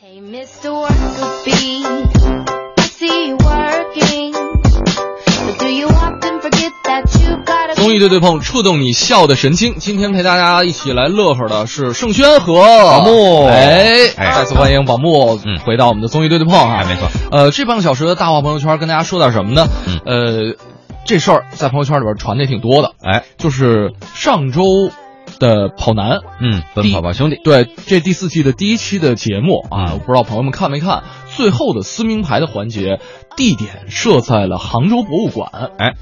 Hey, Mr. Worker Bee, I see you working, but do you often forget that you gotta? 综艺对对碰，触动你笑的神经。今天陪大家一起来乐呵的是盛轩和宝木哎，哎再次欢迎宝木嗯回到我们的综艺对对碰哈。哎没错。呃，这半个小时的大话朋友圈跟大家说点什么呢？嗯呃，这事儿在朋友圈里边传的也挺多的，哎，就是上周的跑男。嗯，奔跑吧兄弟，对，这第四季的第一期的节目啊，嗯我不知道朋友们看没看，最后的撕名牌的环节，地点设在了杭州博物馆。哎，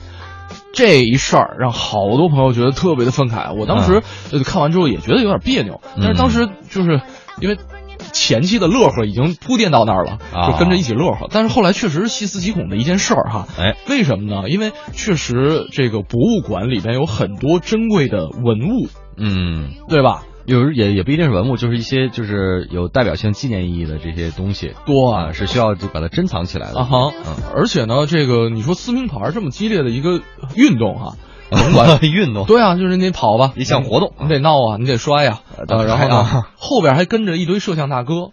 这一事儿让好多朋友觉得特别的愤慨。我当时、嗯呃看完之后也觉得有点别扭，但是当时就是因为。前期的乐呵已经铺垫到那儿了，啊就跟着一起乐呵。但是后来确实是细思极恐的一件事儿哈。哎，为什么呢？因为确实这个博物馆里边有很多珍贵的文物，嗯，对吧？有时也也不一定是文物，就是一些就是有代表性纪念意义的这些东西，多啊啊，是需要就把它珍藏起来的啊哈嗯， 而且呢，这个你说撕名牌这么激烈的一个运动哈、甭管 运动，对啊，就是你得跑吧，一项活动嗯你得闹啊，你得摔呀、呃呃然后当然呢 啊，后边还跟着一堆摄像大哥，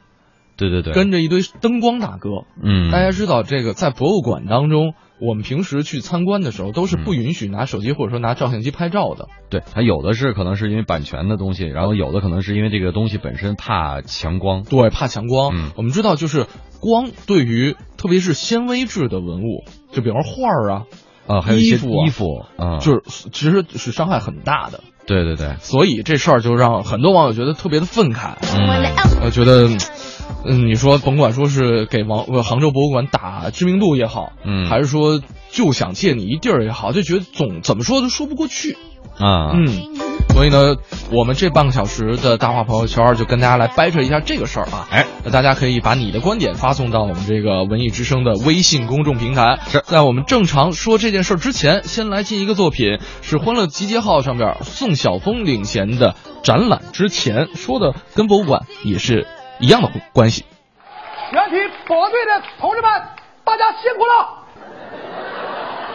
对对对，跟着一堆灯光大哥。嗯，大家知道，这个在博物馆当中，我们平时去参观的时候都是不允许拿手机或者说拿照相机拍照的。对，它有的是可能是因为版权的东西，然后有的可能是因为这个东西本身怕强光，对，怕强光。嗯我们知道，就是光对于特别是纤维质的文物，就比方说画儿啊，啊，还有一些衣服啊衣服，啊，就是其实是伤害很大的。对对对，所以这事儿就让很多网友觉得特别的愤慨， Someone else 呃，觉得，嗯，你说甭管说是给王呃杭州博物馆打知名度也好，嗯还是说就想借你一地儿也好，就觉得总怎么说都说不过去，啊，嗯。所以呢，我们这半个小时的大话朋友圈就跟大家来掰扯一下这个事儿啊。哎，那大家可以把你的观点发送到我们这个文艺之声的微信公众平台。是在我们正常说这件事儿之前，先来进一个作品，是《欢乐集结号》上边宋晓峰领衔的展览。之前说的跟博物馆也是一样的关系。全体保安队的同志们，大家辛苦了！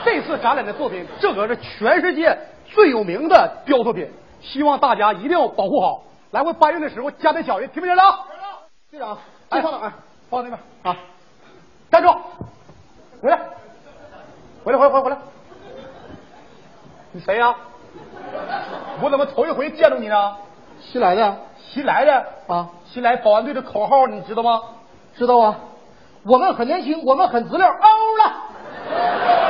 这次展览的作品，这可是全世界最有名的雕塑品，希望大家一定要保护好。来回搬运的时候加点小心，听没听着？队长，哎，放哪儿？放那边啊！站住！回来！回来！回来！回来！回来！你谁呀、我怎么头一回见着你呢？新来的，新来的啊！新来保安队的口号你知道吗？知道啊。我们很年轻，我们很资料。欧了。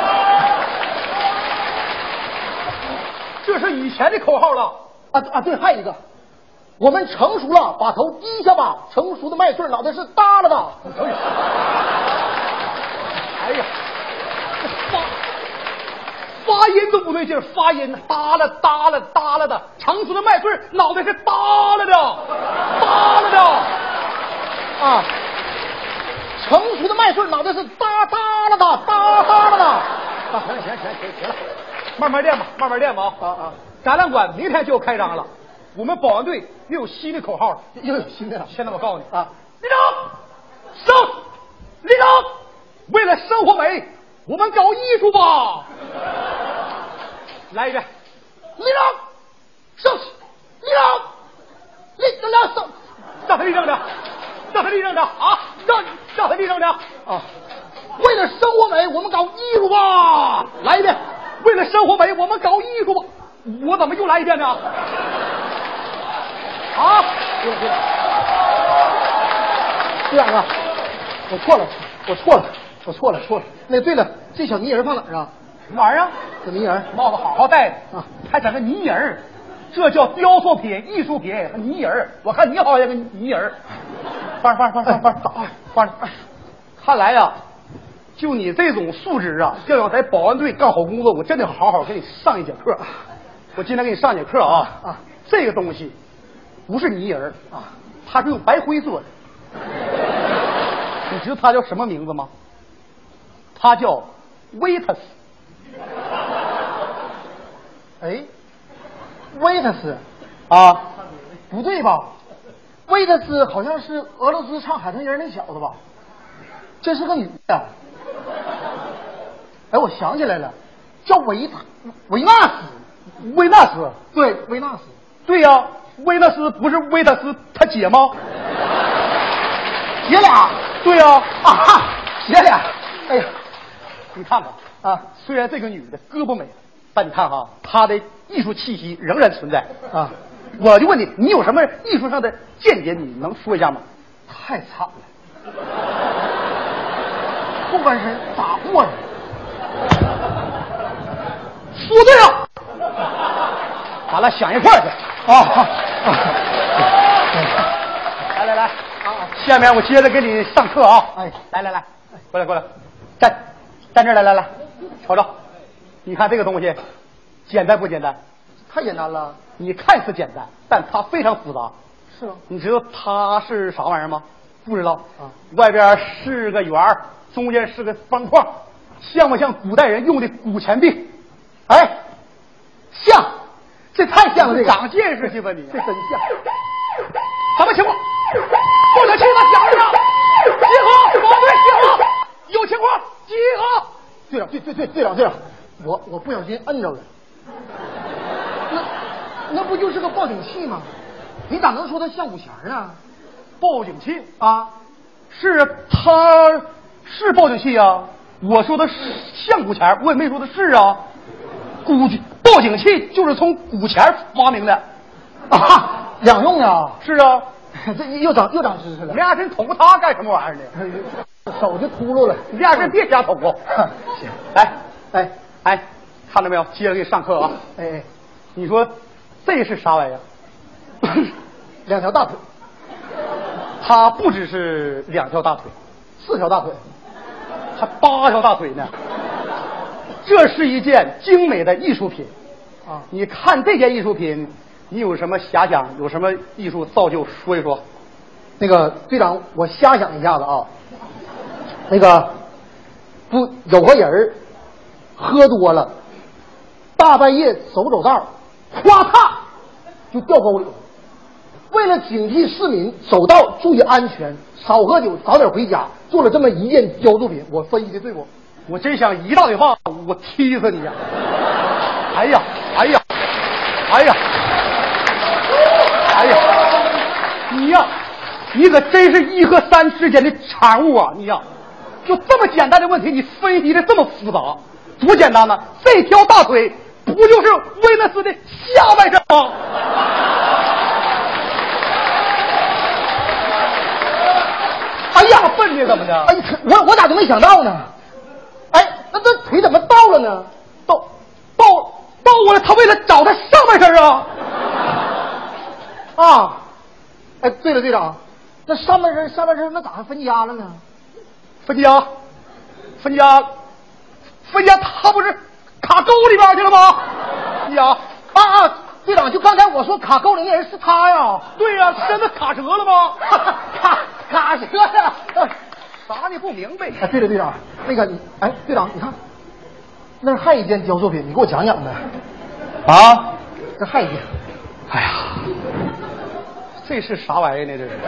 这是以前的口号了。啊啊，对，还有一个，我们成熟了，把头低下吧，成熟的麦穗儿脑袋是耷拉的。你瞅瞅，哎呀， 这发发音都不对劲儿，发音耷拉耷拉耷拉的，成熟的麦穗儿脑袋是耷拉的，耷拉的啊。成熟的麦穗脑袋是耷耷拉的，耷耷拉的。啊，行了行了行了行了行了，慢慢练吧，慢慢练吧啊啊啊！展览馆明天就要开张了，我们保安队又有新的口号了，又有新的了。现在我告诉你啊，立正，生，立正。为了生活美，我们搞艺术吧。来一遍，立正，升起，立正，立正正正，让他立正着，让他立正着啊，让让他立正着啊！为了生活美，我们搞艺术吧！来一遍，为了生活美，我们搞艺术吧！我怎么又来一遍呢？啊！队长啊，我错了，我错了，我错了，错了。那对了，这小泥人放哪儿啊？什么玩意儿啊？小泥人，帽子好好戴着啊，还整个泥人儿，这叫雕塑品、艺术品，还泥人儿。我看你好像个泥人儿。放放放放放放放！看来呀、就你这种素质啊，要想在保安队干好工作，我真得好好给你上一节课。我今天给你上节课啊啊！这个东西不是泥人儿啊，它是用白灰做的。你知道它叫什么名字吗？它叫 Vitus。哎，Vitus 啊，不对吧？Vitus 好像是俄罗斯唱《海豚音儿》那小子吧？这是个女的。哎，我想起来了，叫维塔维纳斯，维纳斯，对，维纳斯，对呀、维纳斯不是维塔斯他姐吗？姐俩，对呀、啊，哈，姐俩，哎呀，你看吧，啊，虽然这个女的胳膊没了，但你看哈、她的艺术气息仍然存在啊。我就问你，你有什么艺术上的见解？你能说一下吗？太惨了，不管人咋过人，说对了，咱俩想一块儿去啊！好 来来来，啊，下面我接着给你上课啊！哎，来来来，过来过来，站站这儿来来来，瞅瞅，你看这个东西，简单不简单？太简单了。你看似简单，但它非常复杂。是吗？你知道它是啥玩意儿吗？不知道啊。外边是个圆儿，中间是个方框，像不像古代人用的古钱币？哎，像，这太像了，这个长见识去吧你，这真像。什么情况？不能去他讲上，集合，毛队集合，有情况集合。队长，队队队队长，队长，我我不小心摁着了。那那不就是个报警器吗？你咋能说它像五弦呢？报警器啊，是它是报警器啊。我说的是像古钱儿，我也没说的是啊。古报警器就是从古钱儿发明的啊，两用啊。是啊， 这又长又长知识了。你俩真捅咕他干什么玩意儿呢？ 手就秃噜了。你俩真别瞎捅咕。 行，来，哎哎，看到没有？接着给你上课啊。哎，你说这是啥玩意儿？ 两条大腿。它不只是两条大腿，四条大腿，还八条大腿呢。这是一件精美的艺术品啊！你看这件艺术品，你有什么遐想？有什么艺术造就？说一说。那个队长，我瞎想一下子啊。那个不有个人儿喝多了，大半夜走不走道儿，哗嚓就掉沟里了。为了警惕市民走道注意安全，少喝酒，早点回家，做了这么一件雕塑品，我分析的对不？我真想一大嘴巴，我踢死你呀！啊哎呀，哎呀，哎呀，哎呀，你呀，你可真是一和三之间的产物啊！你呀，就这么简单的问题，你分析的这么复杂，多简单呢？这条大腿不就是威纳斯的下半身吗？哎呀，笨的怎么的？哎，我我咋就没想到呢？哎，那这腿怎么倒了呢？倒倒倒过来，他为了找他上半身啊！啊！哎，对了，队长，那上半身下半身那咋还分家了呢？分家，分家，分家，他不是卡沟里边去了吗？你呀，啊啊！队长，就刚才我说卡沟里那人是他呀？对呀、身子卡折了吗？ 卡卡折了。啥你不明白？哎，对了，队长，那个你，哎，队长，你看，那儿还有一件雕塑品，你给我讲讲呗。啊，这还有一件。哎呀，这是啥玩意儿呢？这是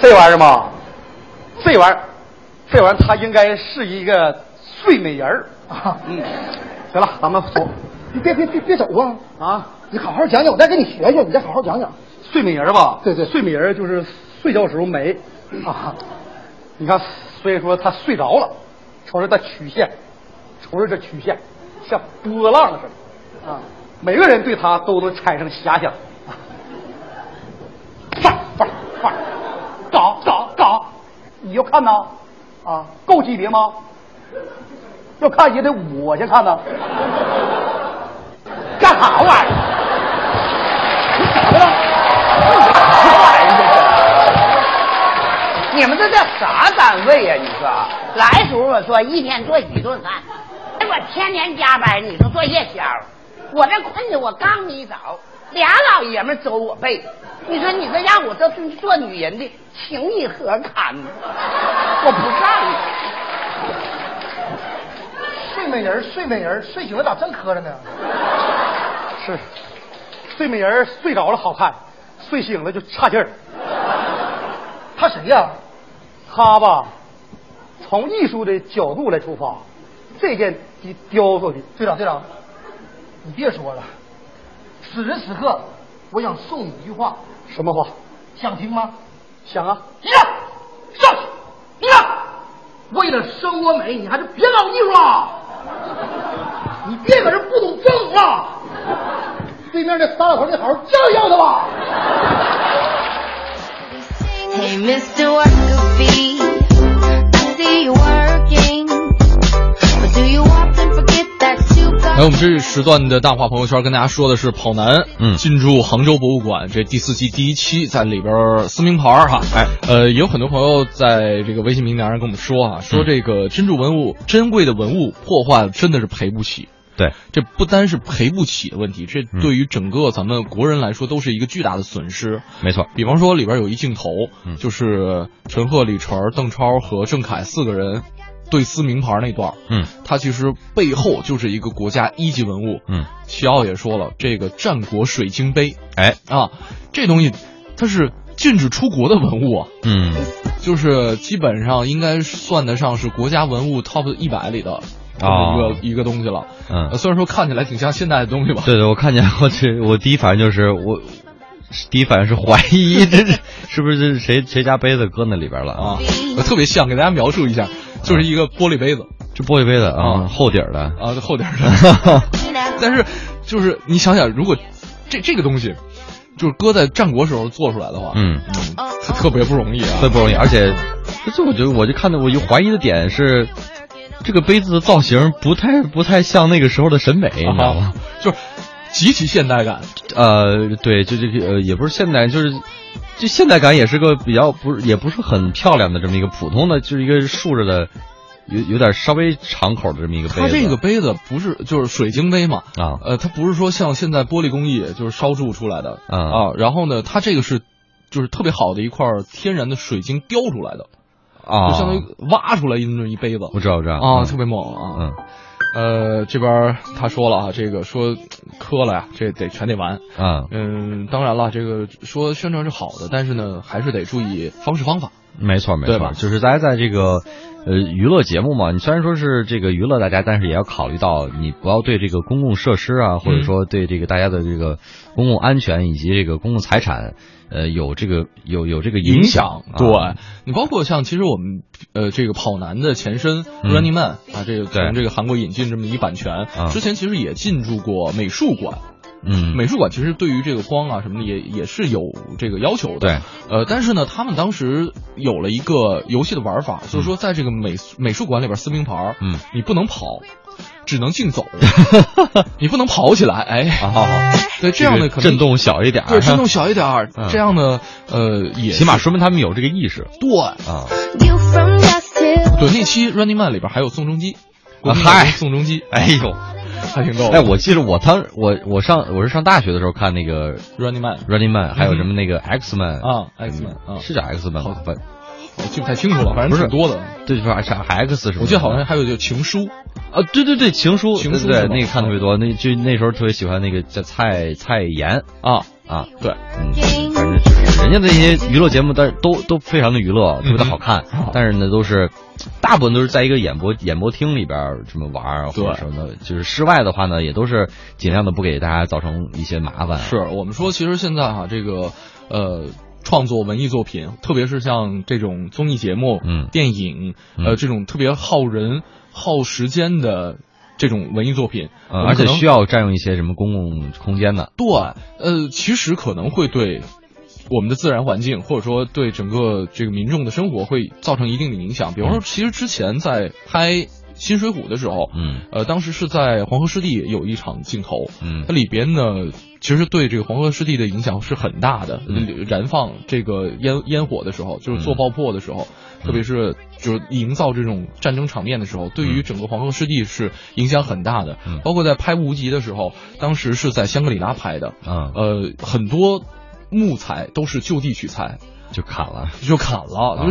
这玩意儿嘛，这玩意儿，这玩意儿，它应该是一个睡美人儿。啊，嗯，行了，咱们走。你别别别别走啊！啊，你好好讲讲，我再跟你学学，你再好好讲讲。睡美人儿吧？对对，睡美人儿就是睡觉时候美啊。你看，虽然说她睡着了，瞅着她曲线，瞅着这曲线，像波浪似的啊。每个人对她都能产生遐想。啊范范范，搞搞搞！你要看呐，啊，够级别吗？要看也得我先看呐。干啥玩意儿？你咋的了？你们这叫啥单位呀、你说来时候我说一天做几顿饭，哎，我天天加班，你说做夜宵，我这困的我刚一着，俩老爷们走我背，你说你说让我这做女人的情意何堪？我不干了。睡美人儿，睡美人儿，睡醒了咋真磕碜呢？ 是，睡美人儿睡着了好看，睡醒了就差劲儿。他谁呀、他吧，从艺术的角度来出发，这件雕雕塑品。队长，队长，你别说了，此时此刻，我想送你一句话。什么话？想听吗？想啊，你呀，上去，你呀，为了生活美，你还是别搞艺术了，你别搁这不懂政啊！对面那仨老头儿，你好好教教他吧。 Hey, Mr. Workabee, I see you working, but do you often forget that you 来，我 got 们这时段的大话朋友圈跟大家说的是跑男，嗯进驻杭州博物馆这第四季第一期，在里边儿撕名牌儿哈，哎，呃，也有很多朋友在这个微信平台上跟我们说啊，嗯说这个珍珠文物、珍贵的文物破坏真的是赔不起，对，这不单是赔不起的问题，这嗯对于整个咱们国人来说都是一个巨大的损失。没错，比方说里边有一镜头，嗯就是陈赫、李晨、邓超和郑恺四个人对撕名牌那段儿，嗯它其实背后就是一个国家一级文物。嗯，齐奥也说了，这个战国水晶杯哎，啊，这东西它是禁止出国的文物啊，嗯就是基本上应该算得上是国家文物 top 一百里的这么一个、哦一个东西了。呃嗯，虽然说看起来挺像现代的东西吧， 对对，我看见我这我第一反应就是我。第一反应是怀疑， 这是是不是这是谁谁家杯子搁那里边了啊，呃 特别像，给大家描述一下，嗯就是一个玻璃杯子这玻璃杯子啊啊，厚底 儿的，啊，厚点儿的。 但是就是你想想，如果这这个东西就是搁在战国时候做出来的话，嗯，特特别不容易啊。特别不容易。而且，这我就我就看到我就怀疑的点是，这个杯子的造型不太不太像那个时候的审美，你知道啊？，吗就是极其现代感。呃，对，就这个呃，也不是现代，就是就现代感也是个比较不是也不是很漂亮的这么一个普通的，就是一个竖着的，有有点稍微敞口的这么一个杯子。它这个杯子不是就是水晶杯嘛？啊呃，它不是说像现在玻璃工艺就是烧铸出来的啊啊。然后呢，它这个是就是特别好的一块天然的水晶雕出来的，啊，就相当于挖出来那么一杯子我知道我知道啊，嗯特别猛啊。嗯呃，这边儿他说了啊，这个说磕了呀，这得全得完。啊，嗯，当然了，这个说宣传是好的，但是呢，还是得注意方式方法。没错没对错吧，就是大家在这个呃娱乐节目嘛，你虽然说是这个娱乐大家，但是也要考虑到你不要对这个公共设施嗯啊，或者说对这个大家的这个公共安全以及这个公共财产，呃有这个有有这个影响。，响啊对、你包括像其实我们呃这个跑男的前身嗯 Running Man 啊，这个对从这个韩国引进这么一版权啊，之前其实也进驻过美术馆。嗯，美术馆其实对于这个光啊什么的也也是有这个要求的。对，呃，但是呢，他们当时有了一个游戏的玩法，就是说在这个美美术馆里边撕名牌儿，嗯，你不能跑，只能竞 走，你不能跑起来，哎，啊好好，对，这样呢个可能震动小一点儿，对震动小一点儿嗯，这样呢，呃，也起码是说明他们有这个意识对。啊。 you from dusk till 对，那期《Running Man》里边还有宋仲基，啊国民党嗨中宋仲基，哎呦，还挺逗的。哎，我记得我当我我上我是上大学的时候看那个 Running Man》 Running Man，还有什么那个 X Man 啊，X-Men，啊是叫 X Man 吗？反我记不太清楚了，反不正是挺多的。对，就是啊 X X 什么的？我记得好像还有叫《情书》，啊，对对对，情书，情对书对是吧那个看特别多，那就那时候特别喜欢那个叫蔡蔡妍啊，啊，对，嗯，反正就是人家的一些娱乐节目，但是都都非常的娱乐，特别嗯的好看，但是呢，都是大部分都是在一个演播演播厅里边儿这么玩儿啊或对者什么的，就是室外的话呢，也都是尽量的不给大家造成一些麻烦，是我们说，其实现在哈、这个呃。创作文艺作品，特别是像这种综艺节目、嗯电影，嗯呃，这种特别耗人、耗时间的这种文艺作品，呃我们而且可能需要占用一些什么公共空间的，对，呃，其实可能会对我们的自然环境，或者说对整个这个民众的生活会造成一定的影响。比方说，其实之前在拍《新水浒》的时候，嗯呃，当时是在黄河湿地有一场镜头，嗯它里边呢，其实对这个黄河湿地的影响是很大的。嗯燃放这个烟烟火的时候，就是做嗯爆破的时候，特别是就是营造这种战争场面的时候，对于整个黄河湿地是影响很大的。嗯包括在拍《无极》的时候，当时是在香格里拉拍的，啊，呃，很多木材都是就地取材，就砍了，就砍了，啊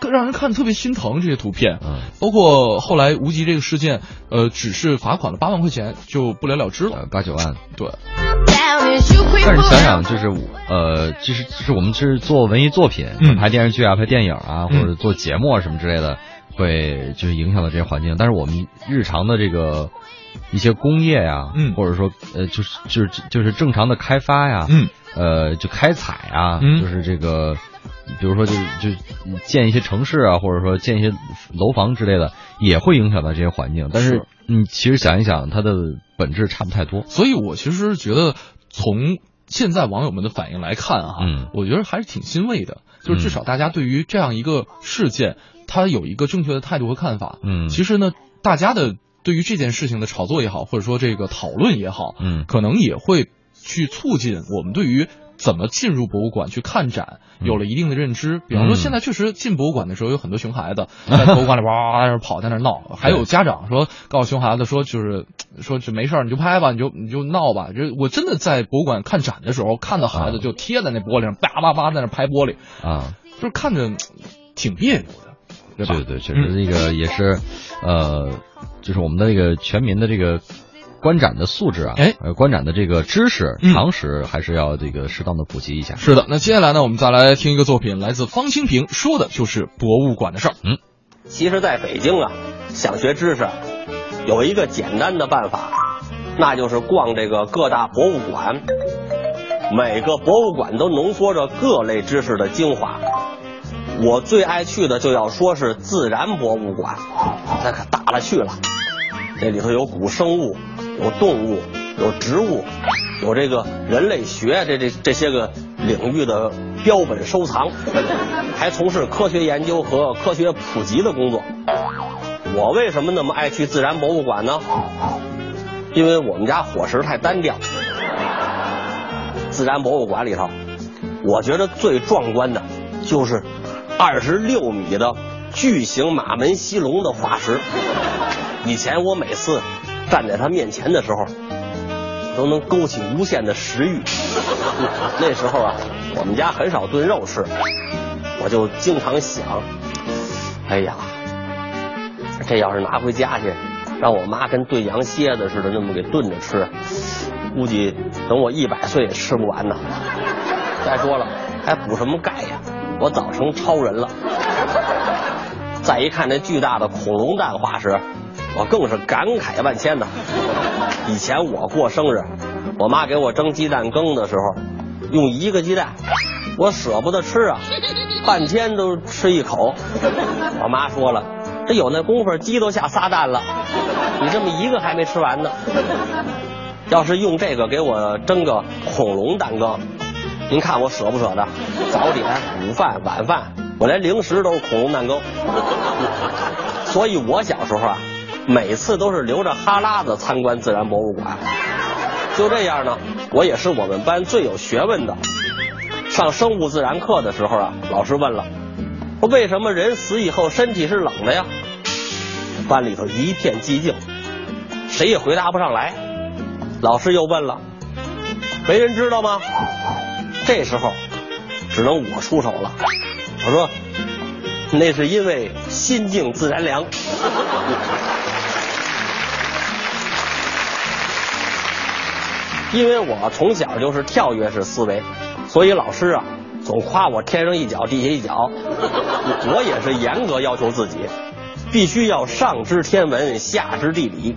就让人看特别心疼这些图片。嗯，包括后来无极这个事件，呃，只是罚款了八万块钱，就不了了之了呃。八九万。对， down as you creep 但是想 on. 想，就是呃，就是就是我们是做文艺作品，嗯拍电视剧啊、拍电影啊，嗯或者做节目啊什么之类的，会就是影响到这些环境。但是我们日常的这个一些工业呀、嗯或者说呃，就是就是就是正常的开发呀、嗯呃，就开采啊，嗯就是这个比如说就就建一些城市啊，或者说建一些楼房之类的，也会影响到这些环境。但是是你其实想一想，它的本质差不太多。所以我其实觉得从。现在网友们的反应来看哈、嗯我觉得还是挺欣慰的，就是至嗯少大家对于这样一个事件，他有一个正确的态度和看法。嗯其实呢，大家的对于这件事情的炒作也好，或者说这个讨论也好，嗯可能也会去促进我们对于怎么进入博物馆去看展有了一定的认知。比方说，嗯现在确实进博物馆的时候，有很多熊孩子在博物馆里哇在那跑，在那闹，还有家长说告诉熊孩子说，就是说这没事儿，你就拍吧，你就你就闹吧。就是我真的在博物馆看展的时候，看到孩子啊就贴在那玻璃上，叭叭叭在那拍玻璃，啊，就是看着挺别扭的，对吧？对对，确实这个也是，呃，就是我们的这个全民的这个观展的素质啊，哎呃，观展的这个知识、嗯常识还是要这个适当的普及一下。是的，那接下来呢，我们再来听一个作品，来自方清平，说的就是博物馆的事儿。其实，在北京啊，想学知识，有一个简单的办法，那就是逛这个各大博物馆。每个博物馆都浓缩着各类知识的精华。我最爱去的就要说是自然博物馆，那可大了去了。这里头有古生物，有动物，有植物，有这个人类学这这这些个领域的标本收藏，还从事科学研究和科学普及的工作。我为什么那么爱去自然博物馆呢？因为我们家伙食太单调。自然博物馆里头，我觉得最壮观的就是二十六米的巨型马门溪龙的化石。以前我每次站在它面前的时候，都能勾起无限的食欲。那时候啊，我们家很少炖肉吃，我就经常想，哎呀，这要是拿回家去，让我妈跟炖羊蝎子似的那么给炖着吃，估计等我一百岁也吃不完呢。再说了，还补什么钙呀？我早成超人了。再一看这巨大的恐龙蛋化石，我更是感慨万千呐。以前我过生日，我妈给我蒸鸡蛋羹的时候，用一个鸡蛋，我舍不得吃啊，半天都吃一口。我妈说了，这有那功夫，鸡都下仨蛋了，你这么一个还没吃完呢。要是用这个给我蒸个恐龙蛋羹，您看我舍不舍得？早点、午饭、晚饭，我连零食都是恐龙蛋羹。所以我小时候啊，每次都是留着哈喇子参观自然博物馆。就这样呢，我也是我们班最有学问的。上生物自然课的时候啊，老师问了，说为什么人死以后身体是冷的呀？班里头一片寂静，谁也回答不上来。老师又问了，没人知道吗？这时候，只能我出手了。我说，那是因为心静自然凉。因为我从小就是跳跃式思维，所以老师啊总夸我天上一脚地下一脚。我也是严格要求自己，必须要上知天文下知地理，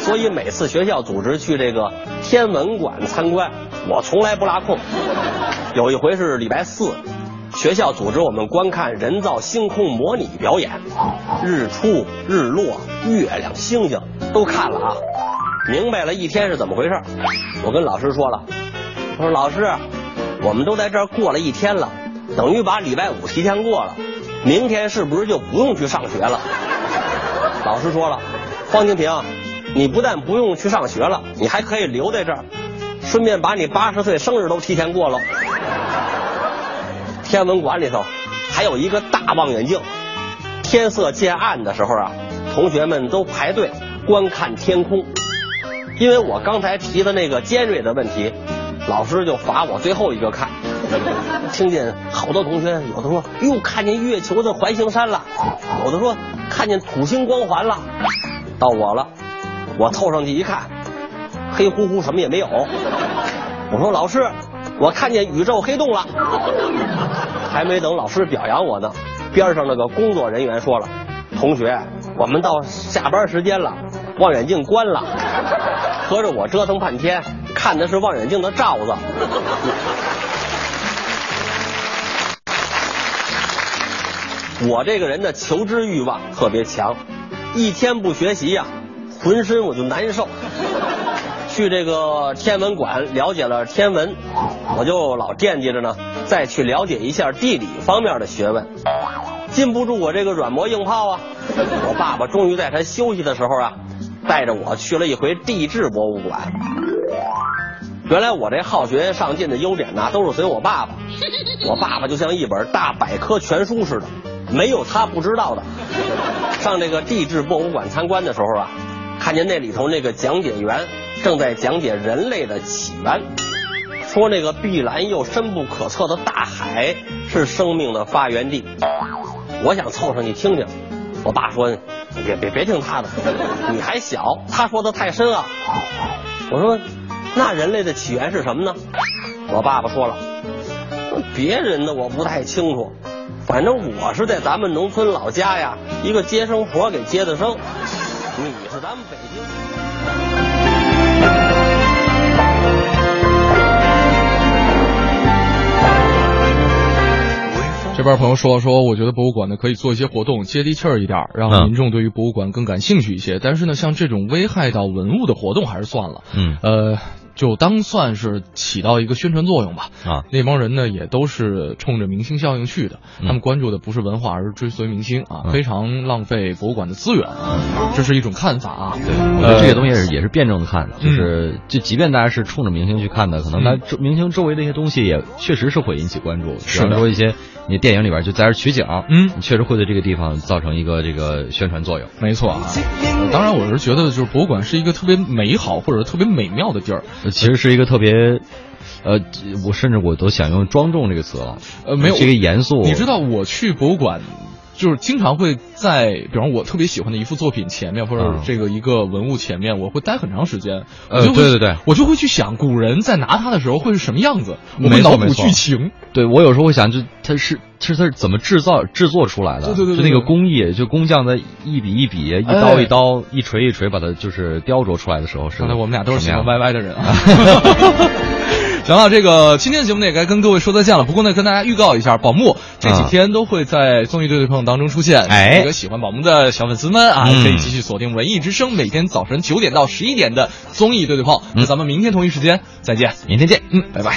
所以每次学校组织去这个天文馆参观，我从来不拉空。有一回是礼拜四，学校组织我们观看人造星空模拟表演，日出、日落、月亮、星星都看了啊，明白了一天是怎么回事儿。我跟老师说了，我说老师，我们都在这儿过了一天了，等于把礼拜五提前过了，明天是不是就不用去上学了？老师说了，方清平，你不但不用去上学了，你还可以留在这儿，顺便把你八十岁生日都提前过了。天文馆里头还有一个大望远镜，天色渐暗的时候啊，同学们都排队观看天空。因为我刚才提的那个尖锐的问题，老师就罚我最后一个看。听见好多同学，有的说哟看见月球的环形山了，有的说看见土星光环了，到我了，我凑上去一看，黑乎乎什么也没有。我说老师，我看见宇宙黑洞了。还没等老师表扬我呢，边上那个工作人员说了：“同学，我们到下班时间了，望远镜关了。”合着我折腾半天，看的是望远镜的罩子。我这个人的求知欲望特别强，一天不学习呀、浑身我就难受。去这个天文馆了解了天文，我就老惦记着呢，再去了解一下地理方面的学问。禁不住我这个软磨硬泡啊！我爸爸终于在他休息的时候啊，带着我去了一回地质博物馆。原来我这好学上进的优点呐，都是随我爸爸。我爸爸就像一本大百科全书似的，没有他不知道的。上这个地质博物馆参观的时候啊，看见那里头那个讲解员正在讲解人类的起源，说那个碧蓝又深不可测的大海是生命的发源地。我想凑上去听听，我爸说：“你别别别听他的，你还小，他说的太深啊。”我说：“那人类的起源是什么呢？”我爸爸说了：“别人的我不太清楚，反正我是在咱们农村老家呀，一个接生婆给接的生。你是咱们北京。”这边朋友说说，我觉得博物馆呢可以做一些活动，接地气儿一点儿，让嗯民众对于博物馆更感兴趣一些。但是呢，像这种危害到文物的活动还是算了，嗯呃，就当算是起到一个宣传作用吧。啊，那帮人呢也都是冲着明星效应去的，嗯他们关注的不是文化，而是追随明星啊，嗯非常浪费博物馆的资源，这是一种看法啊。对，我觉得这个东西是也是辩证看的，就是就即便大家是冲着明星去看的，可能他嗯周明星周围的一些东西也确实是会引起关注，是的比方说一些你电影里边就在这儿取景，嗯你确实会对这个地方造成一个这个宣传作用。没错啊，呃当然我是觉得就是博物馆是一个特别美好或者特别美妙的地儿，其实是一个特别，呃，我甚至我都想用庄重这个词了，呃，没有这个严肃，你知道我去博物馆，就是经常会在，比方我特别喜欢的一幅作品前面，或者嗯这个一个文物前面，我会待很长时间。呃我就会对对对我就会去想古人在拿它的时候会是什么样子，我会没错脑没补错剧情。对我有时候会想，就它是是它是怎么制造制作出来的？对对对就对那个对哎工艺，就工匠的一笔一笔、一刀一刀、一锤一锤，把它就是雕琢出来的时候是。刚才我们俩都是喜什么欢样歪歪的人啊。 行了，这个今天的节目呢也该跟各位说再见了。不过呢，跟大家预告一下，宝木这几天都会在综艺对对碰当中出现。嗯哎如果喜欢宝木的小粉丝们啊，嗯可以继续锁定文艺之声每天早晨九点到十一点的综艺对对碰。那咱们明天同一时间再见，嗯明天见。嗯，拜拜。